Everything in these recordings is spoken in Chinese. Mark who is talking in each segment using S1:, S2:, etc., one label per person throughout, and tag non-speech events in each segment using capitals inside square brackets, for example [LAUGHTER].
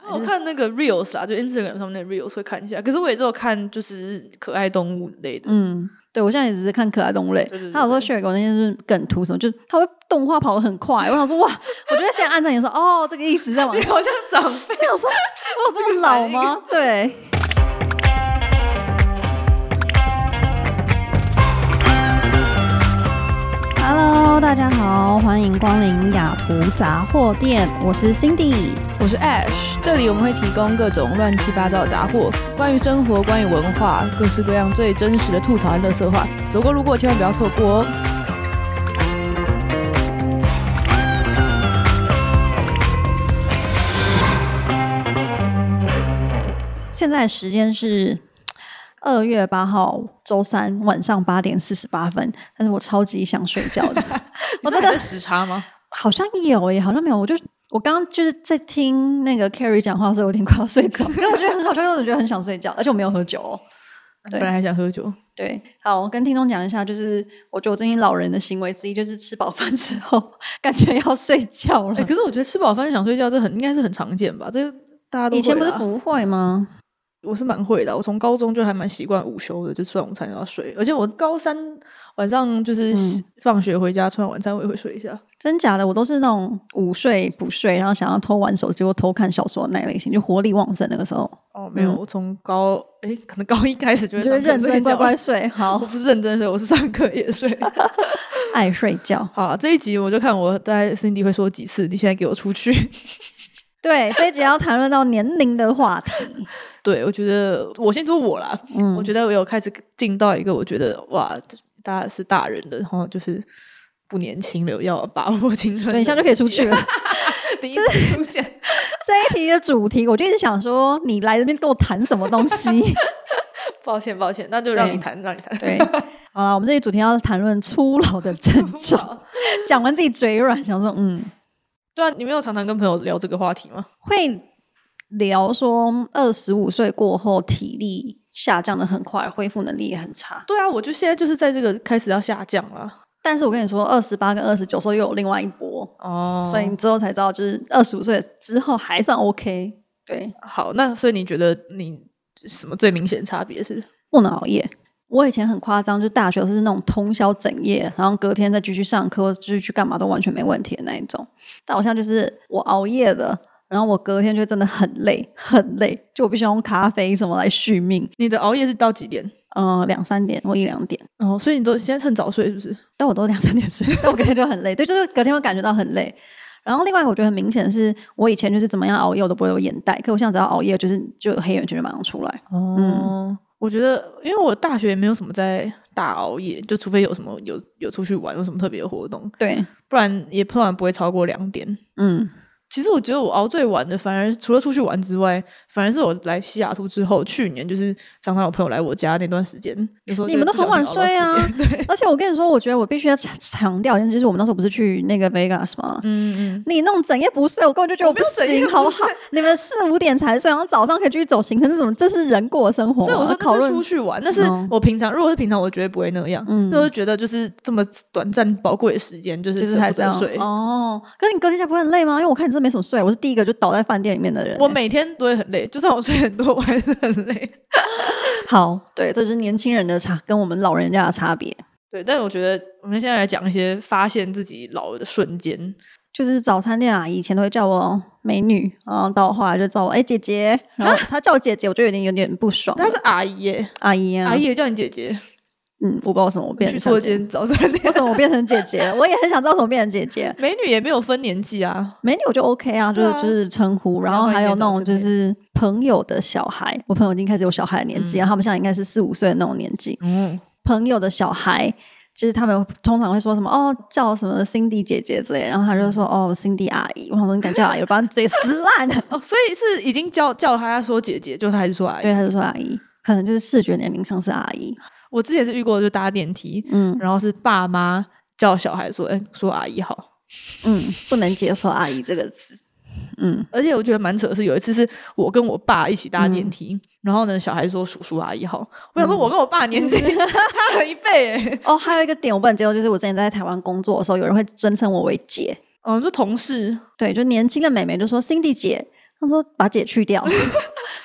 S1: 哦我看那个 reels 啦，就 Instagram 上面的 reels 会看一下，可是我也只有看就是可爱动物类的。
S2: 嗯，对我现在也只是看可爱动物类
S1: 对对。对
S2: 他有时候 share 给我那些就是梗图什么，就是他会动画跑得很快，我想说哇，我觉得现在按赞也说哦这个意思在
S1: [LAUGHS]
S2: 往
S1: 你
S2: 下，
S1: 好像长辈，
S2: 我想说我有这么老吗？ [LAUGHS] 对。Hello，大家好，欢迎光临雅图杂货店，我是 Cindy。
S1: 我是 Ash，这里我们会提供各种乱七八糟的杂货，关于生活，关于文化，各式各样最真实的吐槽和乐色话，走过路过千万不要错过 [LAUGHS] 哦。
S2: 现在时间是二月八号周三晚上八点四十八分，但是我超级想睡觉的，我真的
S1: 时差吗？
S2: 好像有耶，好像没有，我就我刚刚就是在听那个 Carrie 讲话的时候，有点快要睡着， [LAUGHS] 但我觉得很好笑，但我觉得很想睡觉，而且我没有喝酒、哦。对
S1: 本来还想喝 [LAUGHS] 酒，
S2: 对，好，我跟听众讲一下，就是我觉得我最近老人的行为之一就是吃饱饭之后感觉要睡觉了。
S1: 哎、可是我觉得吃饱饭想睡觉，这很应该是很常见吧？这个大家都
S2: 以前
S1: 会啊
S2: 不是
S1: 啦
S2: 不会啊吗？
S1: 我是蛮会的，我从高中就还蛮习惯午休的，就吃完午餐就要睡。而且我高三晚上就是
S2: 嗯
S1: 放学回家吃完晚餐，我也会睡一下。
S2: 真假的，我都是那种午睡不睡，然后想要偷玩手机或偷看小说的那一类型，就活力旺盛那个时候，
S1: 哦，没有，
S2: 嗯
S1: 我从高哎、可能高一开始就会
S2: 就是
S1: 上课
S2: 认
S1: 睡
S2: 真
S1: 觉
S2: 乖乖睡，好 [LAUGHS]
S1: 我不是认真睡，我是上课也睡。 [LAUGHS]
S2: 爱睡觉。
S1: 好啊，这一集我就看我在 Cindy 会说几次，你现在给我出去。 [LAUGHS]
S2: 对，这一集要谈论到年龄的话 [LAUGHS] 题，
S1: 对，我觉得我先说我啦，
S2: 嗯
S1: 我觉得我有开始进到一个我觉得哇，大家是大人的，然后就是不年轻了，要把握青春。
S2: 等一下就可以出去，了。
S1: [LAUGHS] 第一次出现。
S2: 这一题的主题，我就一直想说，你来这边跟我谈什么东西？
S1: 抱歉，抱歉，那就让
S2: 对
S1: 你谈，让你谈。[LAUGHS]
S2: [LAUGHS] 对， [LAUGHS] 好了，我们这一主题要谈论初老的症状。讲完自己嘴软，想说嗯，
S1: 对啊，你没有常常跟朋友聊这个话题吗？
S2: 会聊说二十五岁过后体力下降的很快，恢复能力也很差。
S1: 对啊，我就现在就是在这个开始要下降了。
S2: 但是我跟你说，二十八跟二十九岁又有另外一波，
S1: 哦
S2: 所以你之后才知道，就是二十五岁之后还算 OK。对，
S1: 好，那所以你觉得你什么最明显的差别是？
S2: 不能熬夜。我以前很夸张，就大学是那种通宵整夜，然后隔天再继续上课，或者继续去干嘛都完全没问题的那一种。但我现在就是我熬夜的，然后我隔天就真的很累，很累，就我必须用咖啡什么来续命。
S1: 你的熬夜是到几点？
S2: 嗯、两三点或一两点，
S1: 哦，所以你都现在趁早睡是不是？
S2: 但我都两三点睡，但我隔天就很累，对，就是隔天会感觉到很累。然后另外一个我觉得很明显的是，我以前就是怎么样熬夜我都不会有眼袋，可我现在只要熬夜就是就有黑眼圈就马上出来。
S1: 哦、我觉得因为我大学也没有什么在大熬夜，就除非有什么有有出去玩，有什么特别的活动，
S2: 对，
S1: 不然也通常不会超过两点。
S2: 嗯，
S1: 其实我觉得我熬最晚的，反而除了出去玩之外，反而是我来西雅图之后，去年就是常常有朋友来我家那段时间，有时候就
S2: 你们都很晚
S1: 不小心
S2: 睡
S1: 熬
S2: 啊
S1: 到10点对，
S2: [LAUGHS] 而且我跟你说，我觉得我必须要强强调一件事，就是我们那时候不是去那个 Vegas 吗？
S1: 嗯嗯，
S2: 你弄整夜不睡，我根本就觉得我不
S1: 我没有整夜
S2: 行，
S1: 不睡
S2: 好不好？你们四五点才睡，然后早上可以继续走行程，这是什么？这是人过的生活吗。
S1: 所以我说
S2: 哦讨
S1: 那是
S2: 论
S1: 出去玩，但是
S2: 嗯
S1: 我平常如果是平常，我绝对不会那样，
S2: 嗯
S1: 那我就觉得就是这么短暂宝贵的时间，就是
S2: 就是
S1: 舍
S2: 还
S1: 不
S2: 是
S1: 得
S2: 要
S1: 睡。
S2: 哦。可是你隔天下不会很累吗？因为我看你真的没什么睡，我是第一个就倒在饭店里面的人欸。
S1: 我每天都会很累，就算我睡很多，我还是很累。
S2: 欸好，对，这就是年轻人的差，跟我们老人家的差别。
S1: 对，但我觉得我们现在来讲一些发现自己老的瞬间。
S2: 就是早餐店啊阿姨以前都会叫我美女，然后到后来就叫我哎、姐姐，然后她叫我姐姐，我就有点有点不爽了。
S1: 她是阿姨耶，
S2: 阿姨啊，
S1: 阿姨，也叫你姐姐，
S2: 嗯，我不知道为什么我变
S1: 去
S2: 成
S1: 做
S2: 姐姐
S1: 间早餐 [LAUGHS]
S2: 为
S1: 店。
S2: 什么我变成姐
S1: [LAUGHS]
S2: 姐？我也很想知道为什么变成姐姐。
S1: 美女也没有分年纪啊，
S2: 美女我就 OK 啊，就是、
S1: 对啊
S2: 就是称呼，然后还有那种就是朋友的小孩，我朋友已经开始有小孩的年纪，然后他们现在应该是四五岁的那种年纪，
S1: 嗯，
S2: 朋友的小孩。就是他们通常会说什么哦，叫什么 Cindy 姐姐之类的，然后他就说
S1: 嗯
S2: 哦，Cindy 阿姨，我想说你敢叫阿姨，我把你嘴撕
S1: [LAUGHS]
S2: 烂。
S1: 哦，所以是已经叫叫她说姐姐，就她还是说阿姨。
S2: 对，他就说阿姨，可能就是视觉年龄上是阿姨。
S1: 我之前是遇过，就搭电梯，
S2: 嗯
S1: 然后是爸妈叫小孩说，哎、说阿姨好。
S2: 嗯，不能接受阿姨这个字。嗯，
S1: 而且我觉得蛮扯的是，有一次是我跟我爸一起搭电梯，然后呢，小孩说叔叔阿姨好，我
S2: 嗯
S1: 想说我跟我爸年纪 [LAUGHS] 差了一倍、哎，
S2: 哦，还有一个点我不能接受，就是我之前在台湾工作的时候，有人会尊称我为姐。
S1: 嗯，就同事，
S2: 对，就年轻的美眉就说 Cindy 姐，他说把姐去掉， [LAUGHS]
S1: 哎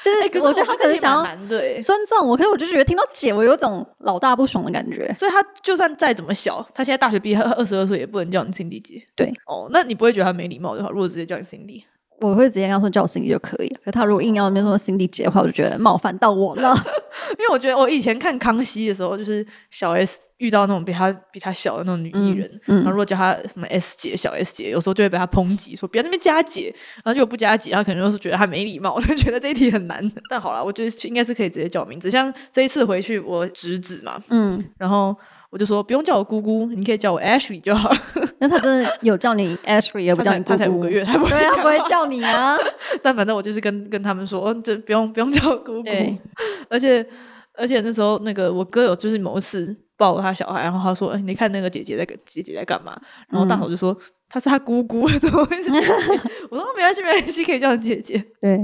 S2: 就是我觉得他哎可能想要
S1: 难欸对，
S2: 尊重我，可是我就觉得听到姐，我有一种老大不爽的感觉。
S1: 所以他就算再怎么小，他现在大学毕业，他二十二岁也不能叫你 Cindy 姐。
S2: 对，
S1: 哦，那你不会觉得他没礼貌的话，如果直接叫你 Cindy，
S2: 我会直接跟他说叫我 Cindy 就可以了。可他如果硬要那边说 Cindy 姐的话，我就觉得冒犯到我
S1: [LAUGHS]
S2: 了。
S1: 因为我觉得我以前看康熙的时候，就是小 S 遇到那种比她比她小的那种女艺人，
S2: 嗯嗯
S1: 然后如果叫她什么 S 姐、小 S 姐，有时候就会被她抨击说不要那边加姐，然后就不加姐，她可能就是觉得她没礼貌，我就觉得这一题很难。但好啦，我觉得应该是可以直接叫我名字。像这一次回去，我侄子嘛，
S2: 嗯，
S1: 然后我就说不用叫我姑姑，你可以叫我 Ashley 就好了。 [LAUGHS]
S2: 那他真的有叫你 Ashley，也不
S1: 他
S2: 叫
S1: 才
S2: 你姑
S1: 他
S2: 姑，
S1: 才五个月，他不会
S2: 对啊，
S1: 讲
S2: 不会叫你啊。
S1: 但反正我就是跟跟他们说，嗯，这不用不用叫我姑姑
S2: 对。
S1: 而且而且那时候那个我哥有就是某一次抱了他小孩，然后他说，哎，你看那个姐姐在姐姐在干嘛？然后大头就说。她是他姑姑，啊怎么会是姐姐？ [LAUGHS] 我说哦没关系，没关系，可以叫你姐姐。
S2: 对，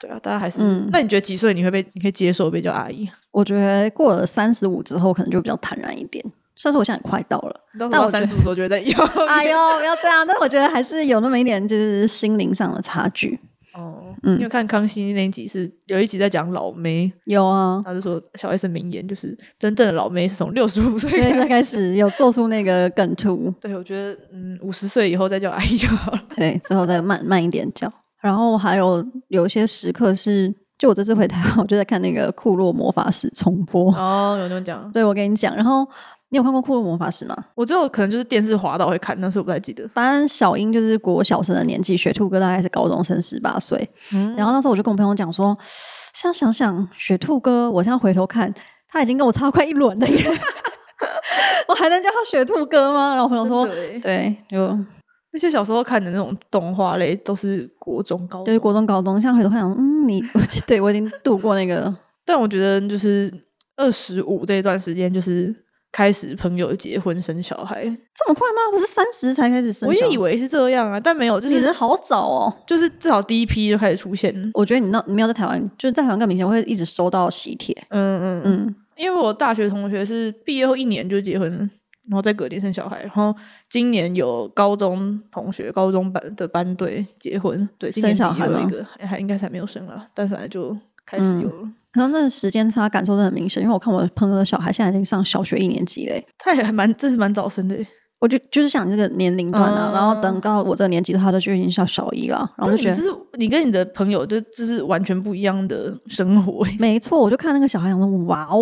S1: 对啊，大家还是。
S2: 嗯
S1: 那你觉得几岁你会被你可以接受被叫阿姨？
S2: 我觉得过了三十五之后，可能就比较坦然一点。虽然说我现在也快到了，
S1: 你到时
S2: 但
S1: 候
S2: 我觉
S1: 三
S2: 得
S1: 十五岁就会在要。
S2: [LAUGHS] 哎呦，不要这样。但我觉得还是有那么一点，就是心灵上的差距。
S1: 哦，
S2: 嗯
S1: 因为看康熙那一集是有一集在讲老梅，[LAUGHS]
S2: 有啊，
S1: 他就说小 S 的名言就是真正的老梅是从六十五岁
S2: 所
S1: 开
S2: 以
S1: 始
S2: 才开始有做出那个梗图。
S1: 对，我觉得嗯，五十岁以后再叫阿姨就好了。
S2: 对，最后再慢慢一点叫。然后还有有一些时刻是，就我这次回台湾，我就在看那个《库洛魔法使》重播。
S1: 哦，有这么讲，
S2: 对，我跟你讲，然后你有看过《库洛魔法使》吗？
S1: 我只有可能就是电视滑到会看，但是我不太记得。
S2: 反正小英就是国小生的年纪，雪兔哥大概是高中生，十八岁。
S1: 嗯，
S2: 然后那时候我就跟我朋友讲说，现在想想，雪兔哥，我现在回头看，他已经跟我差快一轮了耶，
S1: [LAUGHS]
S2: 我还能叫他雪兔哥吗？然后我朋友说，
S1: 对，
S2: 对，就
S1: 欸那些小时候看的那种动画类都是国中、高
S2: 对
S1: 中，
S2: 国中、高中，现在回头看，嗯，你，我对我已经度过那个
S1: 但我觉得就是二十五这一段时间，就是开始朋友结婚生小孩，
S2: 这么快吗？不是三十才开始生？
S1: 我也以，为是这样啊，但没有，就
S2: 你
S1: 是
S2: 人好早哦。
S1: 就是至少第一批就开始出现。嗯
S2: 我觉得你那你没有在台湾，就是在台湾更明显，我会一直收到喜帖。
S1: 嗯嗯，
S2: 嗯，
S1: 因为我大学同学是毕业后一年就结婚了，然后再隔年生小孩，然后今年有高中同学、高中班的班队结婚，对，今
S2: 生
S1: 年底
S2: 小孩
S1: 有一
S2: 吗
S1: 个，哎还应该是还没有生了，但反正就开始有了，
S2: 可能那个时间差感受真的很明显，因为我看我朋友的小孩现在已经上小学一年级嘞，
S1: 他也还蛮，这是蛮早生的耶。欸
S2: 我就就是想这个年龄段啊，
S1: 嗯
S2: 然后等到我这个年纪的话，他就已经上小一了，然后我
S1: 那你
S2: 就觉
S1: 们
S2: 得。
S1: 就是你跟你的朋友就就是完全不一样的生活耶。欸
S2: 没错，我就看那个小孩，想说哇哦，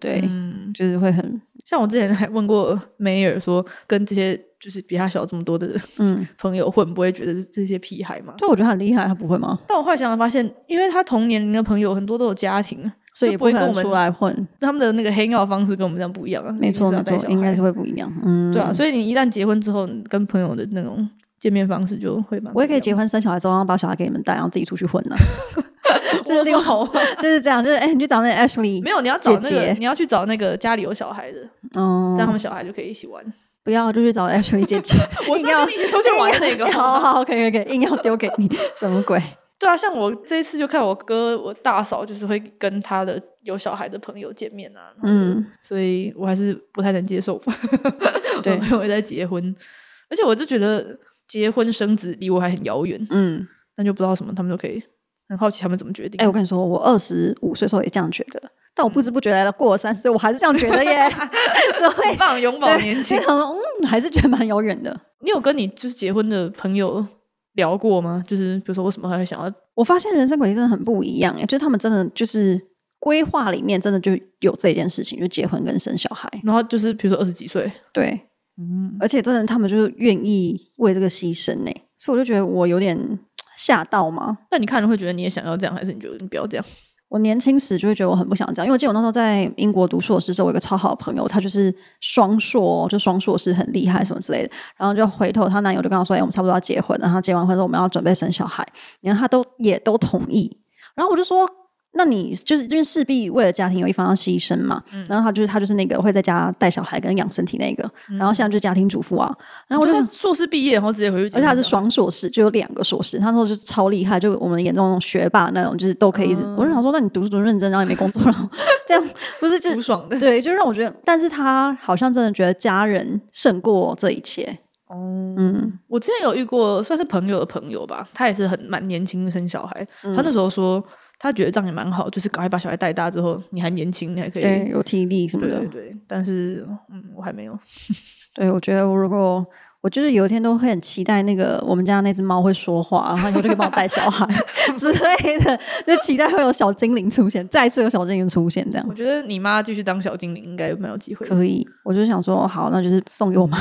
S2: 对，
S1: 嗯，
S2: 就是会很
S1: [LAUGHS] 像我之前还问过梅尔说，跟这些就是比他小这么多的
S2: 嗯，
S1: [LAUGHS] 朋友混，不会觉得是这些屁孩吗？
S2: 对，我觉得他很厉害，他不会吗？
S1: 但我后来想想发现，因为他同年龄的朋友很多都有家庭，啊
S2: 所以
S1: 就
S2: 也
S1: 不
S2: 不可
S1: 会跟
S2: 能
S1: 我们
S2: 出来混，
S1: 他们的那个 hang out 方式跟我们这样不一样啊。
S2: 没错
S1: 一定
S2: 没
S1: 要带
S2: 错
S1: 小，孩
S2: 应该是会不一样，嗯，
S1: 对啊。所以你一旦结婚之后，你跟朋友的那种见面方式就会蛮不一样……
S2: 我也可以结婚生小孩之后，然后把小孩给你们带，然后自己出去混
S1: [LAUGHS]
S2: 呢、
S1: 我
S2: 这
S1: 有
S2: 是另外
S1: 好啊
S2: 就是这样，就是哎、你去找那个 Ashley，
S1: 没有，你要找那个
S2: 姐姐
S1: 你要去找那个家里有小孩的，
S2: 嗯
S1: 这，样他们小孩就可以一起玩。
S2: 不要就去找 Ashley 姐姐，
S1: [LAUGHS] 我是
S2: 硬要
S1: 要跟你 [LAUGHS] 出去玩的那个。
S2: [LAUGHS] 好好，可以可以可以，硬要丢给你， [LAUGHS] 什么鬼？
S1: 对啊，像我这一次就看我哥，我大嫂就是会跟他的有小孩的朋友见面啊，
S2: 嗯，
S1: 所以我还是不太能接受 [LAUGHS] 我
S2: 对
S1: 朋友在结婚，而且我就觉得结婚生子离我还很遥远，
S2: 嗯，
S1: 那就不知道什么，他们都可以很好奇他们怎么决定。
S2: 哎、我跟你说，我二十五岁时候也这样觉得，但我不知不觉来过了三十岁，我还是这样觉得耶，怎么会
S1: 很？棒，永葆
S2: 对，
S1: 年轻
S2: [LAUGHS] 就。想说嗯，还是觉得蛮遥远的。
S1: 你有跟你就是结婚的朋友聊过吗？就是比如说为什么还会想要
S2: 我发现人生轨迹真的很不一样哎，就是他们真的就是规划里面真的就有这件事情，就结婚跟生小孩。
S1: 然后就是比如说二十几岁，
S2: 对，
S1: 嗯，
S2: 而且真的他们就是愿意为这个牺牲呢，所以我就觉得我有点吓到嘛。
S1: 那你看了会觉得你也想要这样，还是你觉得你不要这样？
S2: 我年轻时就会觉得我很不想这样，因为我记得我那时候在英国读硕士的时候，我有一个超好的朋友，她就是双硕哦，就双硕士很厉害什么之类的。然后就回头她男友就跟她说：“哎、我们差不多要结婚了，然后结完婚之后我们要准备生小孩。”然后她都也都同意。然后我就说：“那你就是因为势必为了家庭有一方要牺牲嘛。然后她就是她就是那个会在家带小孩跟养身体那个，然后现在就是家庭主妇啊。然后我就
S1: 就是硕士毕业，然后直接回去结婚
S2: 而且
S1: 这样，
S2: 他是双硕士，就有两个硕士，他那时候就是超厉害，就我们眼中那种学霸那种，就是都可以一
S1: 嗯
S2: 直。我就想说，那你读书读认真，然后也没工作，然
S1: [LAUGHS]
S2: 后这样不是就
S1: 不爽的。
S2: 对，就让我觉得，但是他好像真的觉得家人胜过这一切，
S1: 哦、
S2: 嗯，
S1: 我之前有遇过，算是朋友的朋友吧，他也是很蛮年轻生小孩，
S2: 嗯
S1: 他那时候说他觉得这样也蛮好，就是赶快把小孩带大之后，你还年轻，你还可以。
S2: 对，有体力什么
S1: 对
S2: 的。
S1: 对对，但是嗯，我还没有。
S2: 对，我觉得我如果我就是有一天都会很期待那个我们家那只猫会说话，然后以后就可以帮我带
S1: [LAUGHS]
S2: 小孩之类的，就期待会有小精灵出现，再次有小精灵出现这样
S1: 我。觉得你妈继续当小精灵应该没有机会。
S2: 可以，我就想说，哦好，那就是送给我妈。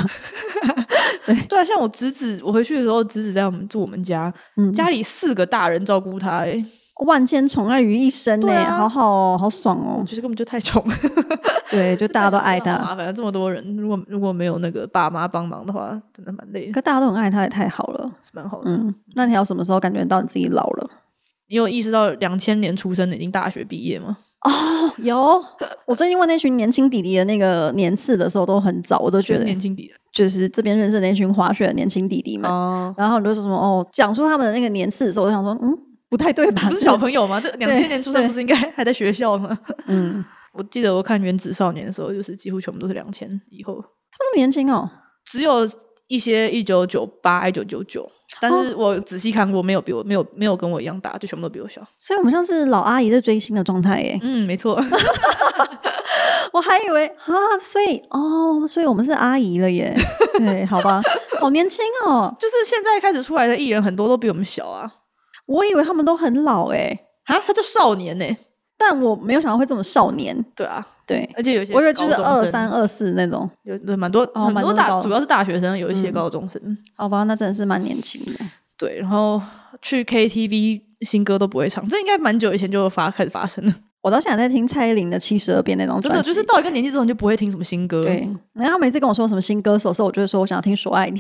S1: 对啊，像我侄子，我回去的时候，侄子在我们住我们家，
S2: 嗯，
S1: 家里四个大人照顾他、欸，
S2: 万千宠爱于一身呢、
S1: 对啊
S2: 好好哦，好爽哦
S1: [LAUGHS] 我。觉得根本就太宠了。
S2: 对，就
S1: [LAUGHS]
S2: 大家都爱
S1: 真的很啊
S2: 他，
S1: 麻烦这么多人，如果如果没有那个爸妈帮忙的话，真的蛮累的，
S2: 可大家都很爱他，也太好了。
S1: 是蛮好的。
S2: 嗯，那你还有什么时候感觉到你自己老了？
S1: 你有意识到两千年出生的已经大学毕业吗？
S2: 哦有， [LAUGHS] 我最近问那群年轻弟弟的那个年次的时候都很早，我都
S1: 就
S2: 觉
S1: 是
S2: 得
S1: 年轻底的
S2: 就是这边认识的那群滑雪的年轻弟弟们，
S1: 哦，
S2: 然后很多说什么哦，讲出他们的那个年次的时候，我就想说，嗯，不太对
S1: [LAUGHS]
S2: 吧？
S1: 不是小朋友吗？这两千年出生
S2: 对
S1: 不是应该还在学校吗？ [LAUGHS]
S2: [LAUGHS] 嗯，
S1: 我记得我看《原子少年》的时候，就是几乎全部都是两千以后，
S2: 他们这么年轻哦，
S1: 只有一些一九九八、一九九九，但
S2: 哦
S1: 是我仔细看过，没有比我没有没有跟我一样大，就全部都比我小。
S2: 所以我们像是老阿姨在追星的状态耶。
S1: 嗯，没错， [LAUGHS]
S2: 我还以为啊，所以哦，所以我们是阿姨了耶。对，好吧，好年轻哦，
S1: 就是现在开始出来的艺人很多都比我们小啊，
S2: 我以为他们都很老哎，
S1: 啊，他就少年呢、
S2: 但我没有想到会这么少年。
S1: 对啊，
S2: 对，
S1: 而且有一些
S2: 我以为就是
S1: 高中
S2: 二
S1: 生
S2: 三二四那种。
S1: 有对蛮多、
S2: 哦
S1: 很
S2: 蛮
S1: 多
S2: 多
S1: 大，
S2: 高嗯
S1: 主要是大学生，有一些高中生。
S2: 好吧，那真的是蛮年轻的。
S1: 对，然后去 KTV 新歌都不会唱，这应该蛮久以前就发开始发生了。
S2: 我到现在在听蔡依林的《七十二变》那种
S1: 真的
S2: 专辑，
S1: 就是到一个年纪之后，你就不会听什么新歌。
S2: 对，。然后他每次跟我说什么新歌手的时候，我就会说我想要听《说爱你》，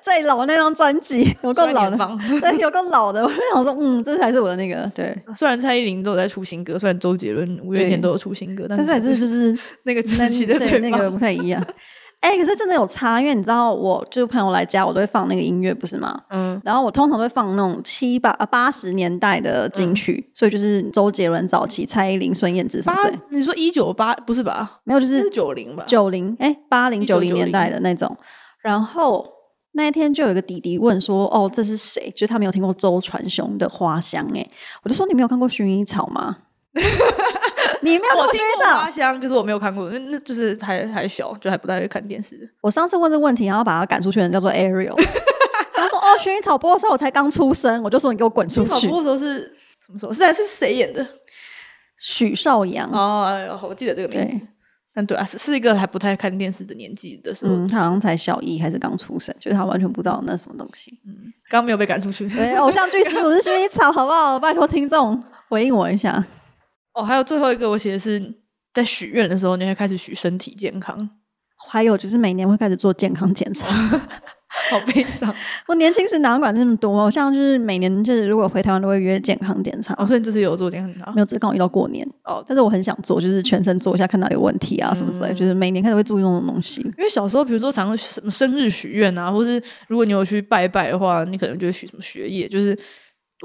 S2: 最老那张专辑，有
S1: 虽
S2: 够
S1: 然
S2: 老
S1: 年
S2: 的，
S1: 方
S2: [LAUGHS] 对，有够老的。我就想说，嗯，这才是我的那个对，
S1: 虽然蔡依林都有在出新歌，虽然周杰伦、五月天都有出新歌，但
S2: 但是还是就是
S1: 那个
S2: 那
S1: 时期的
S2: 对
S1: 对
S2: 那
S1: 方
S2: 个不太一样。哎、可是真的有差，因为你知道我，就是朋友来家，我都会放那个音乐，不是吗？
S1: 嗯，
S2: 然后我通常都会放那种七八呃八十年代的金
S1: 嗯
S2: 曲，所以就是周杰伦早期、蔡依林、孙燕姿什
S1: 八
S2: 么之类，，
S1: 你说一九八不是吧？
S2: 没有就是是
S1: 九零吧？
S2: 九零哎八零九
S1: 1990
S2: 零年代的那种。然后那一天就有一个弟弟问说：“哦，这是谁？”就是他没有听过周传雄的《花香》哎，我就说你没有看过《薰衣草》吗？ [LAUGHS] 你没有
S1: [LAUGHS]
S2: 看
S1: 我
S2: 过《薰
S1: 听过
S2: 衣
S1: 《
S2: 草》？
S1: 花香》，可是我没有看过，那那就是还还小，就还不太会看电视。
S2: 我上次问这个问题，然后把他赶出去的人叫
S1: [LAUGHS]
S2: 做 Ariel。他说：“哦，薰衣草播的时候我才刚出生，我就说你给我滚出
S1: 草
S2: 去
S1: 播。的时候是什么时候？是是谁演的？”
S2: 许绍洋，
S1: 哦，哎呦我记得这个名
S2: 嗯对
S1: 字。但对啊，是是一个还不太看电视的年纪的时候，
S2: 嗯，他好像才小一还是刚出生，就是他完全不知道那是什么东
S1: [LAUGHS]
S2: 西。
S1: 刚没有被赶出去。
S2: 对，偶像剧始祖是薰衣草，好不好？拜托听众回应我一下。
S1: 哦，还有最后一个，我写的是在许愿的时候，你会开始许身体健康，
S2: 还有就是每年会开始做健康检查。 [LAUGHS]
S1: 好悲伤。
S2: 我年轻时哪管这么多，我像就是每年就是如果回台湾都会约健康检查。
S1: 哦，所以你这次有做健康检查
S2: 没有，只是刚好遇到过年
S1: 哦
S2: 但是我很想做，就是全身做一下，看哪里有问题
S1: 嗯
S2: 啊什么之类的，就是每年开始会注意那种东西。
S1: 因为小时候，比如说常常什么生日许愿啊，或是如果你有去拜拜的话，你可能就会许什么学业，就是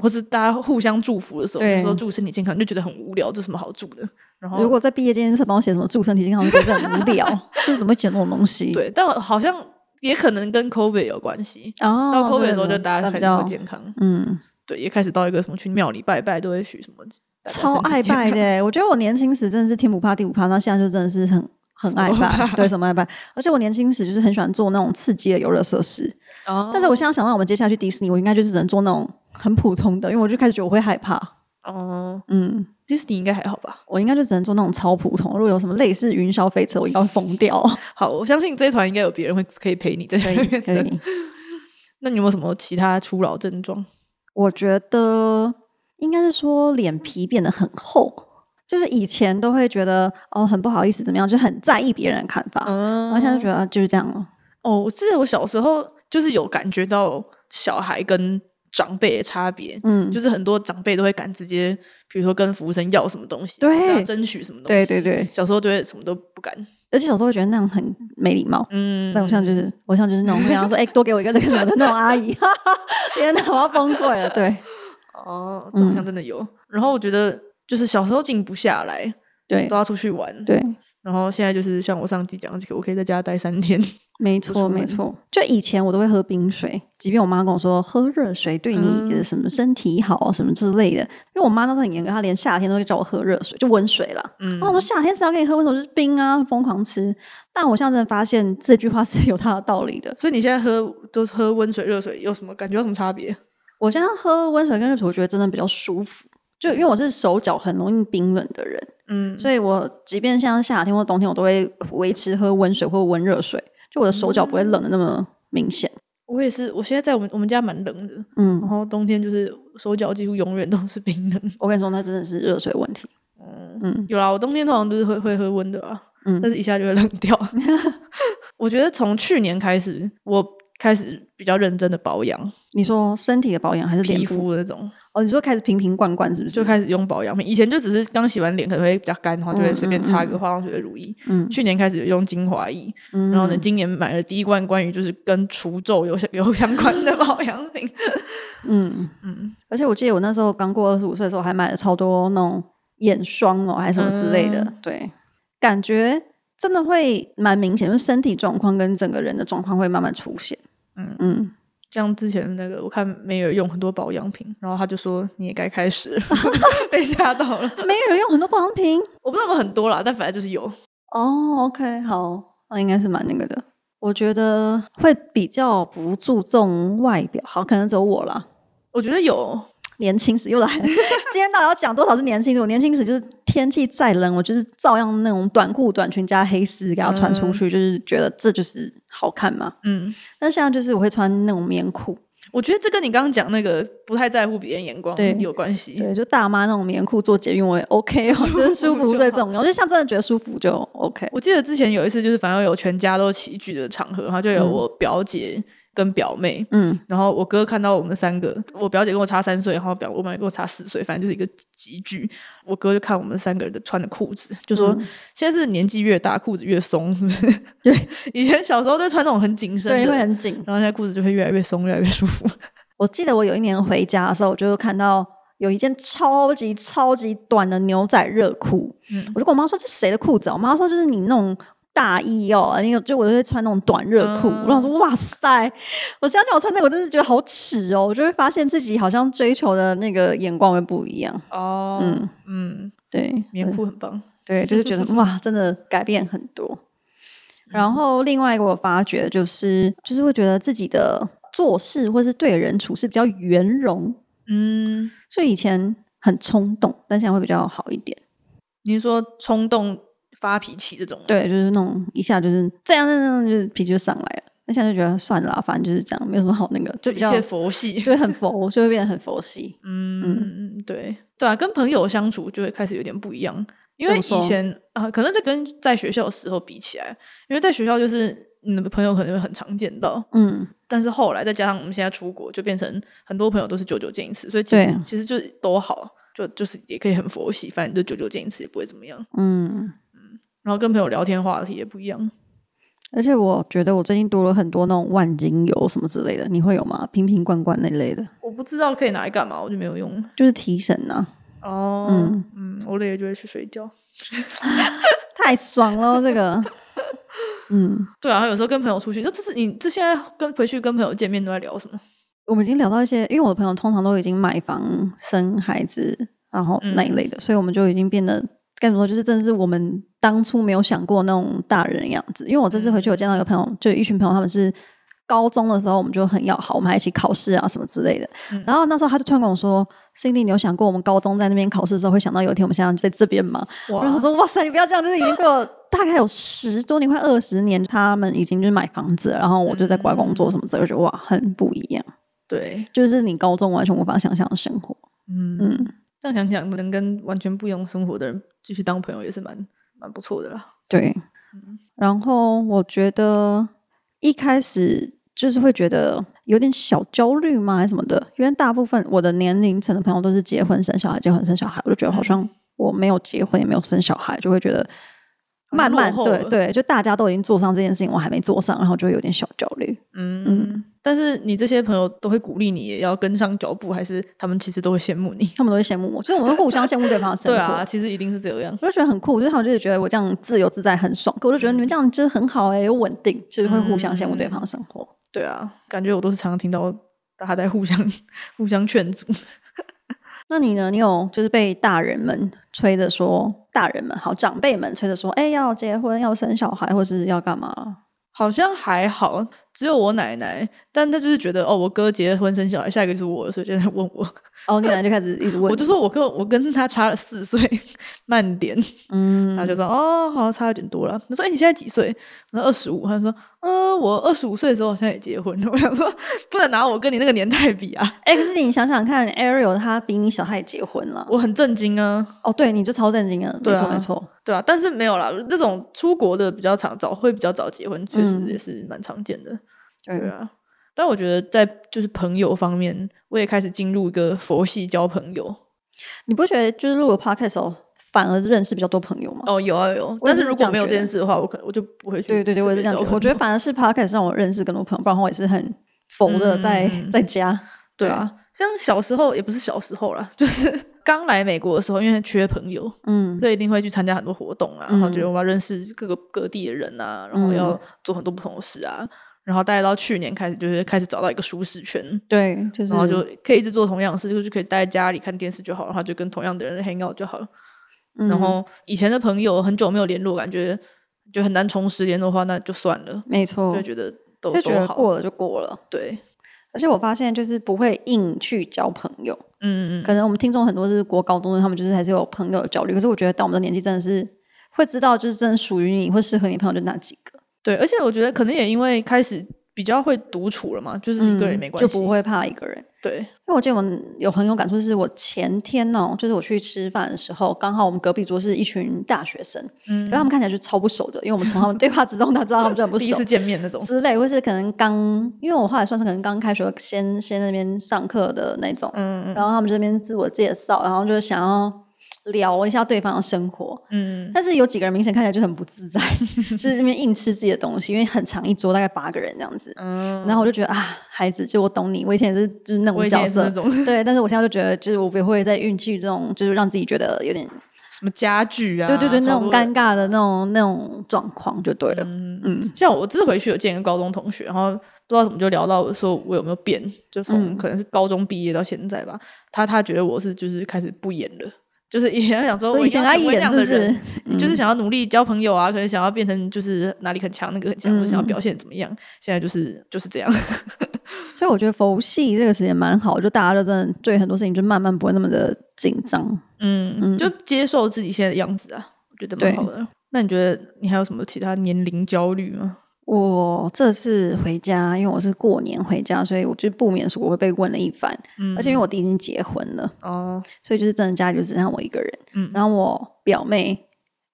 S1: 或是大家互相祝福的时候，
S2: 对
S1: 就说祝身体健康，你就觉得很无聊，这什么好祝的？然后
S2: 如果在毕业纪念册帮我写什么祝身体健康，我觉得很无
S1: [LAUGHS]
S2: 聊，就是怎么会写那种东西？，
S1: 对，但好像也可能跟 COVID 有关系。
S2: 哦，
S1: 到 COVID 的时候，
S2: 这
S1: 就
S2: 个
S1: 大家
S2: 比
S1: 开始
S2: 较
S1: 说健康，
S2: 嗯，
S1: 对，也开始到一个什么去庙里拜拜都会许什么，大家
S2: 超
S1: 身
S2: 爱
S1: 体健
S2: 拜
S1: 康
S2: 的。欸。我觉得我年轻时真的是天不怕地不怕，那现在就真的是很很爱拜，对，什么爱拜。而且我年轻时就是很喜欢做那种刺激的游乐设施，
S1: 哦，
S2: 但是我现在想到我们接下来去迪士尼，我应该就是只能做那种很普通的，因为我就开始觉得我会害怕。
S1: 哦，
S2: 嗯，
S1: 迪士尼应该还好吧？
S2: 我应该就只能做那种超普通。如果有什么类似云霄飞车，我应该会
S1: [LAUGHS]
S2: 疯掉。
S1: 好，我相信这一团应该有别人会可以陪你在前面
S2: 可
S1: 的。
S2: 以，
S1: 那你有没有什么其他初老症状？
S2: 我觉得应该是说脸皮变得很厚，就是以前都会觉得哦很不好意思怎么样，就很在意别人的看法，
S1: 嗯
S2: 然后现在就觉得啊就是这样了。
S1: 哦，我记得我小时候就是有感觉到小孩跟长辈的差别，
S2: 嗯，
S1: 就是很多长辈都会敢直接，比如说跟服务生要什么东西，
S2: 对
S1: 或者要争取什么东
S2: 对
S1: 西。
S2: 对对，
S1: 小时候就会什么都不敢，
S2: 而且小时候会觉得那样很没礼貌。
S1: 嗯，
S2: 但我像就是，我像就是那种会跟他说，哎、多给我一个那个什么的那种阿姨， [LAUGHS] 哈哈，天哪，我要崩溃了。对
S1: 哦，这
S2: 嗯
S1: 好像真的有。然后我觉得就是小时候静不下来，
S2: 对
S1: 都要出去玩，
S2: 对，
S1: 然后现在就是像我上集讲的，我可以在家待三
S2: 哦
S1: 天。
S2: 没
S1: 出
S2: 错，没
S1: 门
S2: 错。就以前我都会喝冰水，即便我妈跟我说喝热水对你的什么身体好啊什么之类的，因为我妈那时候很严格，她连夏天都会叫我喝热水，就温水啦。
S1: 嗯
S2: 然后我说夏天谁要给你喝温水，就是冰啊，疯狂吃。但我现在真的发现这句话是有它的道理的。
S1: 所以你现在喝都是喝温水、热水，有什么感觉？有什么差别？
S2: 我现在喝温水跟热水，我觉得真的比较舒服。就因为我是手脚很容易冰冷的人，
S1: 嗯，
S2: 所以我即便像夏天或冬天，我都会维持喝温水或温热水，就我的手脚不会冷的那
S1: 嗯
S2: 么明显。
S1: 我也是，我现在在我们我们家蛮冷的，
S2: 嗯
S1: 然，后冬天就是手脚几乎永远都是冰冷。
S2: 我跟你说，那真的是热水问题。嗯
S1: 有啦，我冬天通常都是会会喝温的啊，
S2: 嗯
S1: 但是一下就会冷
S2: [LAUGHS]
S1: 掉。我觉得从去年开始，我开始比较认真的保养
S2: 你说身体的保养还是脸
S1: 皮
S2: 部？
S1: 肤的那种，
S2: 哦，你说开始瓶瓶罐罐是不是？
S1: 就开始用保养品。以前就只是刚洗完脸可能会比较干，然后就会随便擦一个化妆水的乳液。
S2: 嗯
S1: 去年开始有用精华液，
S2: 嗯
S1: 然后呢，今年买了第一罐关于就是跟除皱有有相关的保养品。
S2: 嗯嗯。而且我记得我那时候刚过二十五岁的时候，还买了超多那种眼霜哦，还是什么之类的。对，感觉真的会蛮明显，就是身体状况跟整个人的状况会慢慢出现。嗯嗯，
S1: 像之前那个，我看梅尔用很多保养品，然后他就说你也该开始 [LAUGHS] 了，被吓到了。
S2: 没有用很多保养品
S1: 我不知道有没有很多啦，但反正就是有。
S2: 哦。OK，好，那应该是蛮那个的。我觉得会比较不注重外表，好，可能只有我啦。
S1: 我觉得有，
S2: 年轻时又来 [LAUGHS] 了，今天到底要讲多少是年轻时？我年轻时就是天气再冷，我就是照样那种短裤、短裙加黑丝给它穿出去，就是觉得这就是好看嘛。
S1: 嗯，
S2: 但现在就是我会穿那种棉裤，
S1: 我觉得这跟你刚刚讲那个不太在乎别人眼光
S2: 对
S1: 有关系。
S2: 对，就大妈那种棉裤做捷运我也 OK 哦，就是嗯舒服最重要。就像真的觉得舒服就 OK。
S1: 我记得之前有一次，就是反正有全家都齐聚的场合，然后就有我表姐跟表妹，
S2: 嗯，
S1: 然后我哥看到我们三个，我表姐跟我差三岁，然后表我妹跟我差四岁，反正就是一个集聚。我哥就看我们三个人的穿的裤子，就说、
S2: 嗯
S1: 现在是年纪越大，裤子越松，是不是？ [LAUGHS]
S2: 对，
S1: 以前小时候都穿那种很紧身
S2: 对，
S1: 的，
S2: 会
S1: 然
S2: 很紧。
S1: 后现在裤子就会越来越松，越来越舒服。 [LAUGHS]
S2: 我记得我有一年回家的时候，我就看到有一件超级超级短的牛仔热裤，
S1: 嗯
S2: 我就跟我妈说这是谁的裤子啊？我妈说就是你那种。大衣哦，那个就我就会穿那种短热裤，
S1: 嗯
S2: 我想说哇塞，我相信我穿这个我真是觉得好耻哦，我就会发现自己好像追求的那个眼光会不一样，
S1: 哦
S2: 嗯
S1: 嗯，
S2: 对，
S1: 棉裤很棒。
S2: 对，就是觉得
S1: [LAUGHS]
S2: 哇，真的改变很多。
S1: 嗯
S2: 然后另外一个我发觉就是，就是会觉得自己的做事或是对人处事比较圆融，
S1: 嗯，
S2: 所以以前很冲动，但现在会比较好一点。
S1: 你是说冲动发脾气这种？
S2: 对，就是那种一下就是这样，这样这样就是脾气就上来了。那现在就觉得算了啦，反正就是这样，没有什么好那个，就
S1: 一
S2: 比较
S1: 切佛系。
S2: 对很佛，就会变得很佛系。
S1: 嗯，对对啊，跟朋友相处就会开始有点不一样，因为
S2: 怎么说
S1: 以前啊、可能这跟在学校的时候比起来，因为在学校就是你的朋友可能会很常见到，
S2: 嗯，
S1: 但是后来再加上我们现在出国，就变成很多朋友都是久久见一次，所以其实
S2: 对啊
S1: 其实就是都好，就就是也可以很佛系，反正就久久见一次也不会怎么样。
S2: 嗯，
S1: 然后跟朋友聊天话题也不一样，
S2: 而且我觉得我最近多了很多那种万金油什么之类的，你会有吗？瓶瓶罐罐那类的，
S1: 我不知道可以拿来干嘛，我就没有用。
S2: 就是提神啊呐、
S1: 哦，
S2: 嗯
S1: 嗯，我累了就会去睡觉。
S2: 太爽了这个。 [LAUGHS] 嗯，
S1: 对啊，然后有时候跟朋友出去，这这是你这现在跟回去跟朋友见面都在聊什么？
S2: 我们已经聊到一些，因为我的朋友通常都已经买房、生孩子，然后那一
S1: 嗯
S2: 类的，所以我们就已经变得该怎么说，就是真的是我们当初没有想过那种大人的样子。因为我这
S1: 嗯
S2: 次回去，我见到一个朋友，就有一群朋友，他们是高中的时候我们就很要好，我们还一起考试啊什么之类的。
S1: 嗯
S2: 然后那时候他就突然跟我说：“Cindy，你有想过我们高中在那边考试的时候，会想到有一天我们现在在这边吗？”我想
S1: 哇，
S2: 说，哇塞，你不要这样，就是已经过了大概有十多年，快二十年，他们已经就是买房子了，然后我就在国外工
S1: 嗯
S2: 作什么之类的，我觉得哇，很不一样，
S1: 对，
S2: 就是你高中完全无法想象的生活。
S1: 嗯，
S2: 嗯，
S1: 这样想想，能跟完全不一样生活的人继续当朋友也是蛮蛮不错的啦。
S2: 对。
S1: 嗯
S2: 然后我觉得一开始就是会觉得有点小焦虑嘛，还是什么的，因为大部分我的年龄层的朋友都是结婚生小孩，结婚生小孩，我就觉得好像我没有结婚也没有生小孩，就会觉得
S1: 好像
S2: 慢慢
S1: 落后
S2: 对
S1: 了
S2: 对，就大家都已经做上这件事情，我还没做上，然后就会有点小焦虑。
S1: 嗯，但是你这些朋友都会鼓励你也要跟上脚步，还是他们其实都会羡慕你？
S2: 他们都会羡慕我，就是我们会互相羡慕对方的生
S1: [LAUGHS] 对
S2: 活。
S1: 啊，其实一定是这样。
S2: 我就觉得很酷，就是他们就是觉得我这样自由自在很爽，可我就觉得你们这样真的很好哎、又稳定，就是会互相羡慕对
S1: 嗯
S2: 方的生活。
S1: 对啊，感觉我都是常常听到大家在互相互相劝阻。
S2: 那你呢？你有就是被大人们催着说，大人们好，长辈们催着说，哎、要结婚，要生小孩，或是要干嘛？
S1: 好像还好，只有我奶奶，但她就是觉得哦，我哥结婚生小孩，下一个就是我了，所以就在问我，
S2: 哦，你奶奶就开始一直问，
S1: [LAUGHS] 我嗯就说我跟我跟他差了四岁，慢点，
S2: 嗯，
S1: 他就说哦，好像差有点多了。他说哎、你现在几岁？我说二十五，他就说嗯、呃我二十五岁的时候好像也结婚了。我 [LAUGHS] 想说不能拿我跟你那个年代比啊，
S2: 哎、可是你想想看，Ariel 他比你小，他也结婚了。
S1: 我很震惊啊。
S2: 哦，对，你就超震惊了，没
S1: 对
S2: 错
S1: 啊
S2: 没错。
S1: 对啊，但是没有啦，这种出国的比较常早，会比较早结婚，确实
S2: 嗯
S1: 也是蛮常见的。
S2: 对
S1: 对啊，但我觉得在就是朋友方面，我也开始进入一个佛系交朋友。
S2: 你不觉得就是录了 podcast 后，反而认识比较多朋友吗？
S1: 哦，有啊有，
S2: 我也
S1: 但
S2: 是
S1: 是如
S2: 这
S1: 果
S2: 样
S1: 没有
S2: 觉
S1: 这
S2: 得
S1: 件事的话，我可能我就不会去。
S2: 对对对，我也是这样
S1: [LAUGHS]
S2: 觉得。我觉得反而是 podcast 让我认识更多朋友，不然的话我也是很佛的在、
S1: 嗯
S2: 在家。
S1: 对啊，像小时候也不是小时候啦， [LAUGHS] 就是刚来美国的时候，因为缺朋友，
S2: 嗯，
S1: 所以一定会去参加很多活动啊，然后
S2: 嗯
S1: 觉得我要认识各个各地的人啊，然后
S2: 嗯
S1: 要做很多不同的事啊。然后大概到去年开始，就是开始找到一个舒适圈，
S2: 对，就是
S1: 然后就可以一直做同样的事，就是可以待在家里看电视就好，然后就跟同样的人 hang out 就好了。
S2: 嗯
S1: 然后以前的朋友很久没有联络，感觉就很难重拾联络的话，那就算了，
S2: 没错
S1: 就，觉得都
S2: 哦就觉
S1: 都
S2: 得
S1: 好。
S2: 过了就过了。
S1: 对，
S2: 而且我发现就是不会硬去交朋友，
S1: 嗯嗯
S2: 可能我们听众很多是国高中生，他们就是还是有朋友的焦虑。可是我觉得到我们的年纪，真的是会知道，就是真的属于你会适合你的朋友就那几个，
S1: 对，而且我觉得可能也因为开始比较会独处了嘛，就是一个嗯人也没关系，
S2: 嗯就不会怕一个人。
S1: 对，
S2: 因为我记得我们有很有感触，是我前天哦，就是我去吃饭的时候，刚好我们隔壁桌是一群大学生，嗯，然后他们看起来就超不熟的，因为我们从他们对话之中，他知道他们就很
S1: [LAUGHS]
S2: 不
S1: 第一
S2: 熟
S1: 次见面那种，
S2: 之类，或是可能刚，因为我后来算是可能刚开学，先先那边上课的那种，
S1: 嗯
S2: 然后他们这边自我介绍，然后就是想要聊一下对方的生活，
S1: 嗯，
S2: 但是有几个人明显看起来就很不自在， [LAUGHS] 就是这边硬吃自己的东西，因为很长一桌，大概八个人这样子。
S1: 嗯
S2: 然后我就觉得啊，孩子，就我懂你，我以前也是就是那
S1: 我
S2: 种
S1: 以前
S2: 角
S1: 也是那
S2: 色，
S1: 种 [LAUGHS]
S2: 对，但是我现在就觉得，就是我不会再运气这种，就是让自己觉得有点，
S1: 什么家具啊，
S2: [LAUGHS] 对对对，
S1: 超
S2: 那种
S1: 多嗯人
S2: 尴尬的那种那种状况就对了。
S1: 像我这次回去有见一个高中同学，然后不知道怎么就聊到说我有没有变，就
S2: 嗯
S1: 从可能是高中毕业到现在吧，他他觉得我是就是开始不演了，就是以前想说我
S2: 所以以
S1: 一
S2: 前
S1: 定
S2: 阿
S1: 要成
S2: 姨
S1: 为那
S2: 演
S1: 样
S2: 是不
S1: 的
S2: 是嗯
S1: 人，？ [LAUGHS] 就是想要努力交朋友啊，可能想要变成就是哪里很强，那个很强，或者想
S2: 嗯
S1: 要表现怎么样，现在就是就是这样，
S2: [LAUGHS] 所以我觉得佛系这个时间蛮好，就大家就真的对很多事情就慢慢不会那么的紧张。
S1: 嗯，就接受自己现在的样子啊，我觉得蛮
S2: 对
S1: 好的。那你觉得你还有什么其他年龄焦虑吗？
S2: 我这次回家，因为我是过年回家，所以我就不免说我会被问了一番。
S1: 嗯
S2: 而且因为我弟已经结婚了，
S1: 哦，
S2: 所以就是真的家里就只剩下我一个人。
S1: 嗯
S2: 然后我表妹，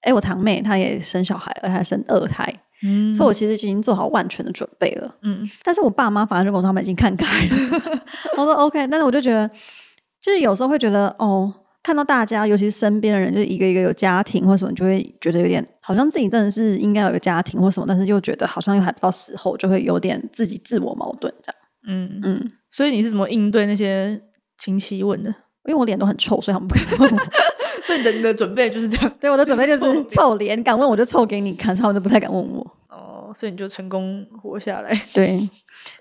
S2: 哎，我堂妹她也生小孩了，她生二胎，
S1: 嗯
S2: 所以我其实已经做好万全的准备了。
S1: 嗯
S2: 但是我爸妈反而就跟我说他们已经看开了。 [LAUGHS] 我说 OK，但是我就觉得，就是有时候会觉得哦，看到大家，尤其是身边的人，就是一个一个有家庭或什么，就会觉得有点好像自己真的是应该有一个家庭或什么，但是又觉得好像又还不到时候，就会有点自己自我矛盾这样。
S1: 嗯，
S2: 嗯，
S1: 所以你是怎么应对那些亲戚问的？
S2: 因为我脸都很臭，所以他们不敢 [LAUGHS] 问我。
S1: [LAUGHS] 所以你的你的准备就是这样
S2: [LAUGHS] 对，我的准备就
S1: 就是
S2: 是臭脸，敢问我就臭给你看，所以他们就不太敢问我。
S1: 哦，所以你就成功活下来。 [LAUGHS]
S2: 对，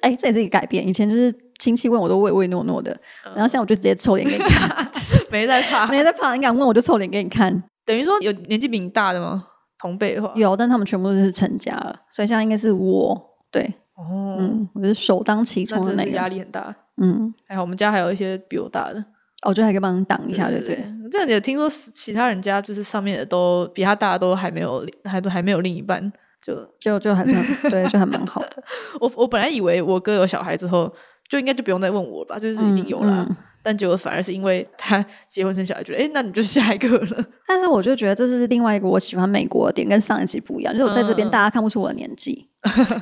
S2: 哎，这也是一个改变。以前就是亲戚问我都唯唯诺诺的，
S1: 嗯
S2: 然后现在我就直接臭脸给
S1: [LAUGHS]
S2: 你看，就是
S1: 没在怕。
S2: 没在怕，你敢问我就臭脸给你看。
S1: 等于说有年纪比你大的吗？同辈的话，
S2: 有，但他们全部都是成家了，所以现在应该是我对，
S1: 哦，
S2: 嗯，我是首当其
S1: 那
S2: 冲的
S1: 真
S2: 那
S1: 是压
S2: 个，
S1: 力很大。
S2: 嗯，
S1: 还好我们家还有一些比我大的，
S2: 哦，就还可以帮你挡一下，对
S1: 啊对
S2: 不对？
S1: 对。这也听说是其他人家就是上面的都比他大的都还没有，还都还没有另一半。就
S2: 就就还蛮对，就还蛮好
S1: [LAUGHS]
S2: 的，
S1: 我我本来以为我哥有小孩之后，就应该就不用再问我了吧，就是已经有了啊、
S2: 嗯嗯
S1: 但结果反而是因为他结婚生小孩，觉得哎、诶那你就是下一个了。
S2: 但是我就觉得这是另外一个我喜欢美国的点，跟上一集不一样，就是我在这边
S1: 嗯嗯
S2: 大家看不出我的年纪，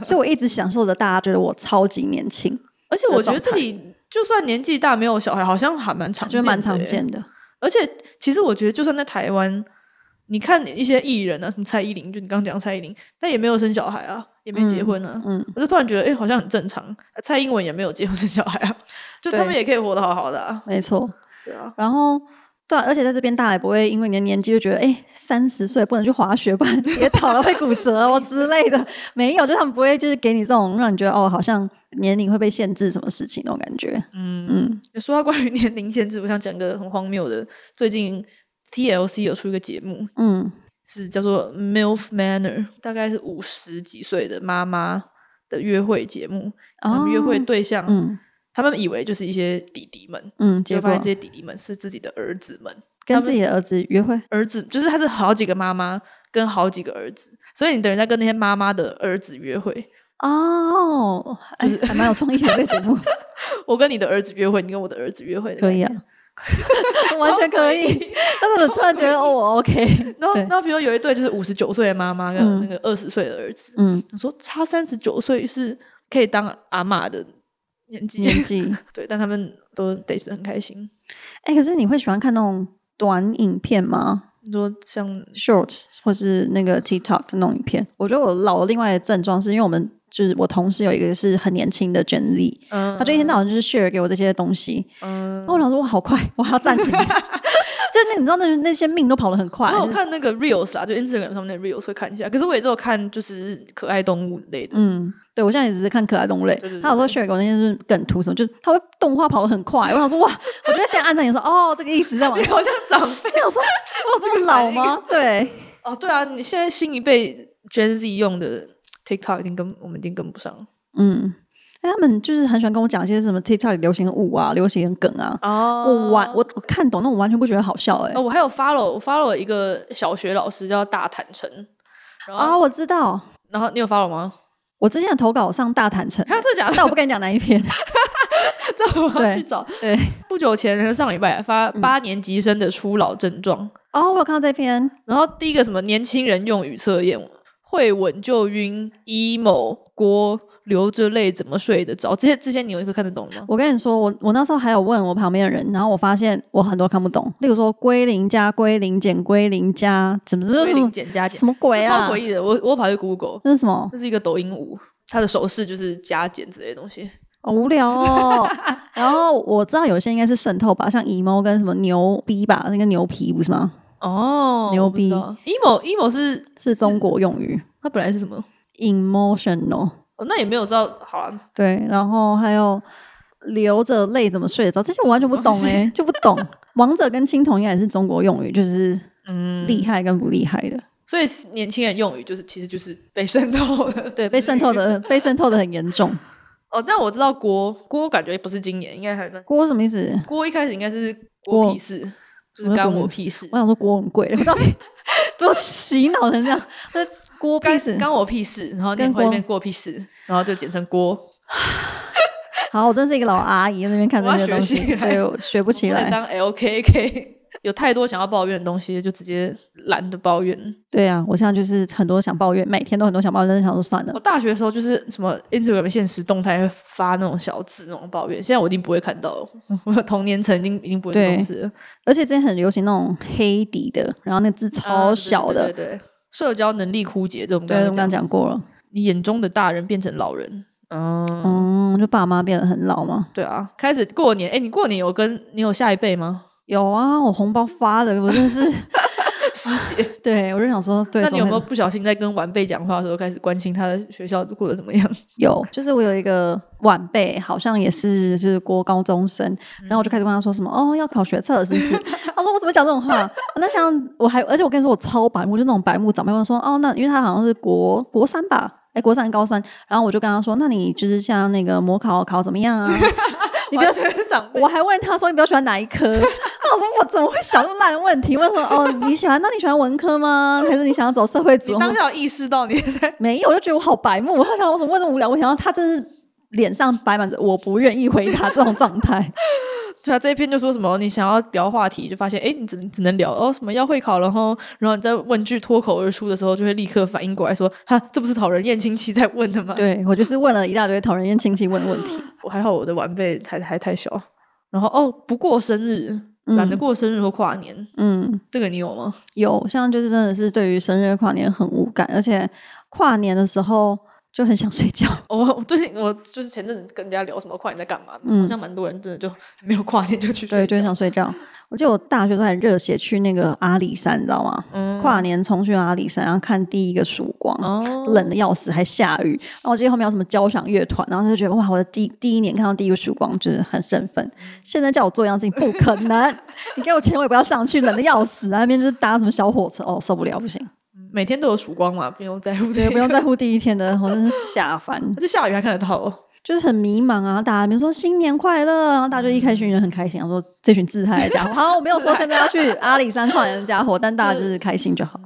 S2: 所以我一直享受着大家觉得我超级年轻，
S1: 而且我觉得这
S2: 这状态
S1: 里就算年纪大没有小孩，好像还蛮常见
S2: 觉得
S1: 的耶，欸
S2: 蛮常见的。
S1: 而且，其实我觉得，就算在台湾，你看一些艺人啊，什么蔡依林，就你刚讲蔡依林，但也没有生小孩啊，也没结婚啊，
S2: 嗯，
S1: 我就突然觉得，哎、好像很正常。啊蔡英文也没有结婚生小孩啊，就他
S2: 对
S1: 们也可以活得好好的啊。
S2: 没错。
S1: 对啊，
S2: 然后对啊、而且在这边大家也不会因为你的年纪就觉得，哎，三十岁不能去滑雪，不然跌倒了会骨折哦之类的，没有，就他们不会就是给你这种让你觉得哦，好像年龄会被限制什么事情那种感觉。
S1: 嗯
S2: 嗯，
S1: 说到关于年龄限制，我想讲个很荒谬的。最近 TLC 有出一个节目，
S2: 嗯
S1: 是叫做《MILF Manor》，大概是五十几岁的妈妈的约会节目。他们约会
S2: 哦
S1: 对象，
S2: 嗯
S1: 他们以为就是一些弟弟们，
S2: 嗯，
S1: 结
S2: 结
S1: 果发
S2: 果
S1: 现这些弟弟们是自己的儿子们。
S2: 跟
S1: 他
S2: 自己的儿子约会，
S1: 儿子就是他是好几个妈妈跟好几个儿子，所以你等于在跟那些妈妈的儿子约会。
S2: 哦，哎，还蛮有创意的这个节目，
S1: 我跟你的儿子约会，你跟我的儿子约会，
S2: 可以啊。
S1: [LAUGHS]
S2: 完全可以， [LAUGHS] 但是我突然觉得哦，我 OK，
S1: 然后，
S2: 对
S1: 然后比如有一对就是五十九岁的妈妈跟
S2: 嗯
S1: 那个二十岁的儿子，
S2: 嗯，
S1: 我说差三十九岁是可以当阿嬷的年纪，
S2: 年纪，
S1: 对，但他们都得是很开心。
S2: [LAUGHS] 哎、可是你会喜欢看那种短影片吗
S1: 你说像
S2: ？Short 或是那个 TikTok 那种影片？我觉得我老了另外的症状是因为我们就是我同事有一个是很年轻的 Gen Z，
S1: 嗯，
S2: 他就一天到晚就是 share 给我这些东西，
S1: 嗯
S2: 然，后我想说哇好快，我还要
S1: [LAUGHS]
S2: 暂停。就那你知道那那些命都跑得很快
S1: 我，有看那个 reels 啦，就 Instagram 上面的 reels 会看一下，可是我也只有看就是可爱动物类的，
S2: 嗯，对我现在也只是看可爱动物类
S1: 对对，对
S2: 他有时候 share 给我那些就是梗图什么，就是他会动画跑得很快，我想说哇，我觉得现在按赞也说哦这个意思在往
S1: 你 [LAUGHS]
S2: 下，
S1: 好像长辈
S2: 我想说我有这么
S1: [LAUGHS]
S2: 老吗？对，
S1: 哦，对啊，你现在新一辈 Gen Z 用的 TikTok 已经跟我们已经跟不上了
S2: 嗯，哎，他们就是很喜欢跟我讲一些什么 TikTok 流行舞啊、流行梗啊，
S1: 哦
S2: 我完我我看懂，但我完全不觉得好笑哎、
S1: 哦，我还有 follow 我 follow 一个小学老师叫大坦诚，然后、
S2: 啊、我知道，
S1: 然后你有 follow 吗？
S2: 我之前的投稿上大
S1: [LAUGHS]
S2: 坦诚，
S1: 他这假的，
S2: 但我不跟你讲哪一
S1: [LAUGHS]
S2: 篇。
S1: [LAUGHS] 这我要
S2: 对
S1: 去找。
S2: 对，
S1: 不久前上礼拜发
S2: 嗯
S1: 八年级生的初老症状，
S2: 哦，我有看到这篇，
S1: 然后第一个什么年轻人用语测验，会吻就晕，emo 锅流着泪怎么睡得着？这些这些你有一个看得懂吗？
S2: 我跟你说，我我那时候还有问我旁边的人，然后我发现我很多看不懂，例如说归零加归零减归零加，怎么这
S1: 归
S2: 是
S1: 零减加减
S2: 什么鬼
S1: 这
S2: 啊
S1: 超诡？异的。我我跑去 Google，
S2: 这是什么？
S1: 这是一个抖音舞，它的手势就是加减之类的东西。
S2: 好无
S1: [LAUGHS]
S2: 聊哦。然后我知道有些应该是渗透吧，像 emo 跟什么牛逼吧，那个牛皮不是吗？
S1: 哦
S2: 牛逼
S1: ！emo emo 是
S2: 是中国用语
S1: 它本来是什么？
S2: ，emotional。
S1: 哦，那也没有知道。好啊，
S2: 对，然后还有流着泪怎么睡得着，这些我完全不懂
S1: 哦这是什么
S2: 哎、就不懂。王者跟青铜应该也是中国用语，就是
S1: 嗯，
S2: 厉害跟不厉害的，
S1: 所以年轻人用语就是其实就是被渗透了。
S2: 对，被渗
S1: [LAUGHS]
S2: 透的被渗透的很严重。
S1: 哦，但我知道锅锅感觉不是今年，应该还有段
S2: 锅什么意思？
S1: 锅一开始应该是
S2: 锅
S1: 锅屁事，就
S2: 什
S1: 是
S2: 么
S1: 干
S2: 锅
S1: 我屁事
S2: 我，想说锅很贵，
S1: [LAUGHS]
S2: 我到底都洗脑成这样？那锅
S1: 干
S2: 屁事！
S1: 干我屁事，然后
S2: 跟
S1: 念会
S2: 锅
S1: 变锅屁事，然后就简称锅。
S2: 好，我真是一
S1: [LAUGHS]
S2: 个老阿姨在那边看这
S1: 我
S2: 些
S1: 要
S2: 东西，
S1: 学起来
S2: 对，我学不起
S1: 我不能
S2: 来。
S1: 当 LKK。有 [LAUGHS] 太多想要抱怨的东西，就直接懒得抱怨。
S2: 对啊，我现在就是很多想抱怨，每天都很多想抱怨，但是想说算了
S1: 我。大学的时候就是什么 Instagram 现实动态会发那种小字那种抱怨，现在我一定不会看到了， [LAUGHS] 我的童年层已经已经不会
S2: 对
S1: 重视了，
S2: 而且之前很流行那种黑底的，然后那个字
S1: 啊
S2: 超小
S1: 对对
S2: 的，
S1: 对对社交能力枯竭，这种
S2: 对，我
S1: 刚
S2: 们刚
S1: 刚
S2: 刚
S1: 讲，
S2: 讲过了。
S1: 你眼中的大人变成老人，嗯，
S2: 嗯，就爸妈变得很老嘛。
S1: 对啊，开始过年，哎，你过年有跟你有下一辈吗？
S2: 有啊，我红包发的，我真的是， [LAUGHS]
S1: 失血，
S2: 对我就想说，
S1: [LAUGHS]
S2: 对，
S1: 那你有
S2: 怎
S1: 没有
S2: 么会
S1: 不小心在跟晚辈讲话的时候开始关心他的学校过得怎么 [LAUGHS] 样？
S2: 有？就是我有一个晚辈，好像也是就是国高中生，然后我就开始跟他说什么，哦，要考学测了是不是？ [LAUGHS] 他说我怎么讲这种话？那像我还，而且我跟你说我超白目，就那种白目长辈问说，哦，那因为他好像是国国三吧。哎，国三高三，然后我就跟他说：“那你就是像那个模考考怎么样啊？ [LAUGHS] 你不要
S1: 完全是长辈，
S2: 我还问他说你比较喜欢哪一科？我 [LAUGHS] 想说我怎么会想这么烂的问题？问说哦你喜欢那你喜欢文科吗？还是你想要走社会
S1: 你 [LAUGHS]
S2: 主
S1: 当
S2: 义？
S1: 下有意识到你在
S2: 没有，我就觉得我好白目。 [LAUGHS] 我想我怎么问这么无聊问题？然后他真是脸上摆满着我不愿意回答这种状态。
S1: [LAUGHS] 对啊，这一篇就说什么你想要聊话题，就发现哎，诶你只能只能聊哦什么要会考了吼，然后然后你在问句脱口而出的时候，就会立刻反应过来说，哈，这不是讨人厌亲戚在问的吗？，
S2: 对我就是问了一大堆讨人厌亲戚问的问题。
S1: 我还好我的晚辈还还太小，然后哦不过生日，懒得过生日或跨年，
S2: 嗯，
S1: 这个你有吗？
S2: 有，像就是真的是对于生日、跨年很无感，而且跨年的时候就很想睡觉。
S1: 哦我我最近我就是前阵子跟人家聊什么跨年在干嘛，
S2: 嗯
S1: 好像蛮多人真的就没有跨年就去
S2: 对，
S1: 睡
S2: 就
S1: 觉
S2: 很想睡觉。我记得我大学都很热血去那个阿里山，你知道吗？
S1: 嗯
S2: 跨年冲去阿里山，然后看第一个曙光，
S1: 哦
S2: 冷的要死，还下雨。然后我记得后面有什么交响乐团，然后就觉得哇，我的第第一年看到第一个曙光，就是很振奋。现在叫我做一样事情，不可能！ [LAUGHS] 你给我钱，我也不要上去，冷的要死。那边就是搭什么小火车，哦，受不了，不行，
S1: 每天都有曙光嘛，不用在乎这
S2: 也
S1: 个， [LAUGHS]
S2: 不用在乎第一天的，我真是下凡。
S1: 这下雨还看得到、哦，
S2: 就是很迷茫啊，大家比如说新年快乐，然后大家就一开始一群人很开心，然后说这群自嗨的家伙，好，我没有说现在要去阿里山跨年的家伙，但大家就是开心就好。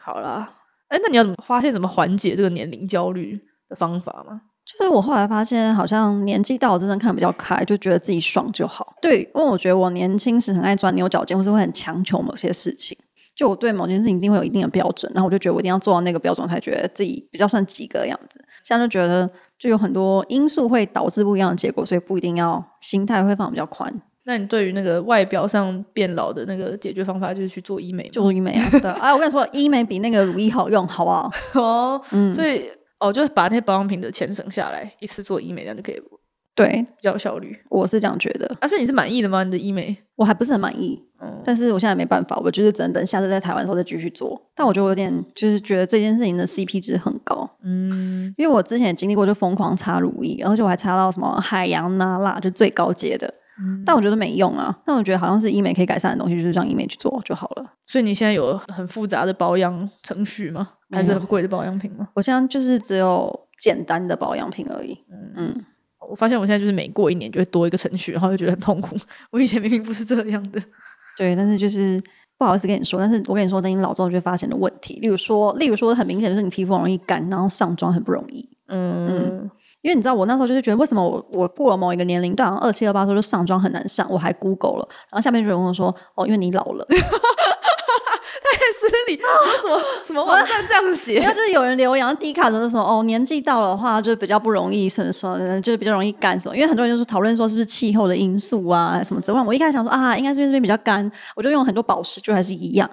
S1: 好啦。哎，那你要怎么发现怎么缓解这个年龄焦虑的方法吗？
S2: 就是我后来发现，好像年纪到了，真的看比较开，就觉得自己爽就好。对，因为我觉得我年轻时很爱钻牛角尖，或是会很强求某些事情。就我对某件事情一定会有一定的标准，然后我就觉得我一定要做到那个标准，才觉得自己比较算及格的样子。现在就觉得，就有很多因素会导致不一样的结果，所以不一定要心态会放比较宽。
S1: 那你对于那个外表上变老的那个解决方法，就是去做医美吗，
S2: 就医美啊，对，哎，我跟你说，医美比那个乳液好用，好不 [LAUGHS] 好？
S1: 哦，
S2: 嗯，
S1: 所以哦，就是把那些保养品的钱省下来，一次做医美，这样就可以比
S2: 对，
S1: 较有效率。
S2: 我是这样觉得，
S1: 啊，所以你是满意的吗？你的医美？
S2: 我还不是很满意，
S1: 嗯，
S2: 但是我现在没办法，我就是只能等下次在台湾的时候再继续做。但我觉得我有点，就是觉得这件事情的 CP 值很高，
S1: 嗯，
S2: 因为我之前也经历过，就疯狂擦乳液，而且我还擦到什么海洋娜拉，就最高阶的，
S1: 嗯
S2: 但我觉得没用啊。但我觉得好像是医美可以改善的东西，就是让医美去做就好了。
S1: 所以你现在有很复杂的保养程序吗？
S2: 没有
S1: 还是很贵的保养品吗？
S2: 我现在就是只有简单的保养品而已，嗯，
S1: 我发现我现在就是每过一年就会多一个程序，然后就觉得很痛苦。 [LAUGHS] 我以前明明不是这样的。
S2: 对，但是就是不好意思跟你说，但是我跟你说，等你老之后就会发现的问题，例如说，例如说很明显就是你皮肤很容易干，然后上妆很不容易。
S1: 嗯，
S2: 因为你知道，我那时候就是觉得，为什么我我过了某一个年龄段，啊二七二八时候就上妆很难上，我还 Google 了，然后下面就有人跟我说，哦，因为你老了，
S1: 太失 [LAUGHS] 礼，什么什么网站这样
S2: 然 [LAUGHS]
S1: 写？
S2: 后就是有人留言，然后第一卡的时候就说，哦，年纪到了的话，就比较不容易什么什么的，就是比较容易干什么，因为很多人就是讨论说是不是气候的因素啊什么之类的。我一开始想说啊，应该是因为这边比较干，我就用很多保湿，就还是一样，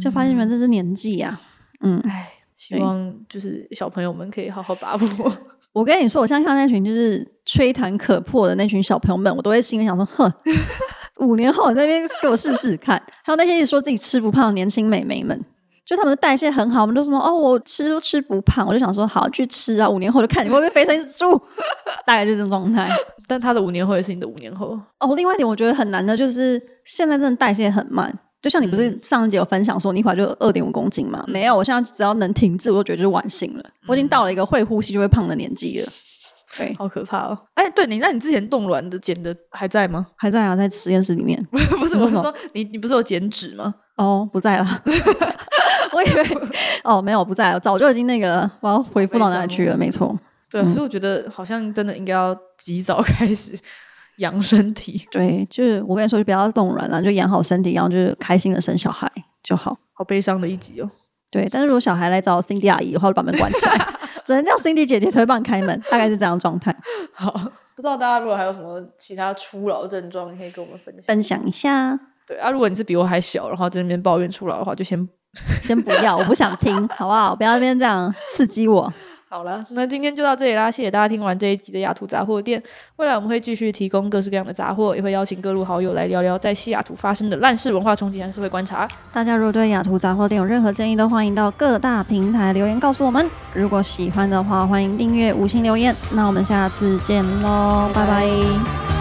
S2: 就发现原来这是年纪啊，嗯。
S1: 哎，希望就是小朋友们可以好好把握。 [LAUGHS]
S2: 我跟你说，我现在看到那群就是吹弹可破的那群小朋友们，我都会心里想说，哼，五年后你在那边给我试试看。还有那些一直说自己吃不胖的年轻美眉们，就他们的代谢很好，我们都什么哦，我吃都吃不胖，我就想说好去吃啊，五年后就看你会不会肥成一只猪，大概就这种状态。
S1: 但他的五年后也是你的五年后，
S2: 哦，另外一点我觉得很难的就是现在真的代谢很慢。就像你不是上一节有分享说你一会儿就二点五公斤嘛？没有，我现在只要能停滞，我就觉得就是完性了。我已经到了一个会呼吸就会胖的年纪了。对，
S1: 好可怕哦！哎，对你，那你之前冻卵的减的还在吗？ [LAUGHS]
S2: 还在啊，在实验室里面。
S1: 不是，
S2: 你
S1: 我是
S2: 说什么
S1: 说你，你不是有减脂吗？
S2: 哦，不在了。 [LAUGHS] 我以为哦，没有不在了，早就已经那个我要回复到哪里去了，没错。
S1: 对啊，所以我觉得好像真的应该要及早开始养身体，
S2: 对，就是我跟你说，就不要动软了，就养好身体，然后就是开心的生小孩就好。
S1: 好悲伤的一集哦。
S2: 对，但是如果小孩来找 Cindy 阿姨的话，我就把门关起来， [LAUGHS] 只能叫 Cindy 姐姐才会帮你开门，大概是这样的状态。
S1: 好，不知道大家如果还有什么其他初老症状，可以跟我们分享。
S2: 分享一下，
S1: 对啊，如果你是比我还小，然后在那边抱怨初老的话，就先
S2: 先不要，我不想听，好不好？不要在那边这样刺激我。
S1: 好了，那今天就到这里啦，谢谢大家听完这一集的雅图杂货店。未来我们会继续提供各式各样的杂货，也会邀请各路好友来聊聊在西雅图发生的烂事、文化冲击和社会观察。
S2: 大家如果对雅图杂货店有任何建议，都欢迎到各大平台留言告诉我们。如果喜欢的话，欢迎订阅、五星留言。那我们下次见喽，拜拜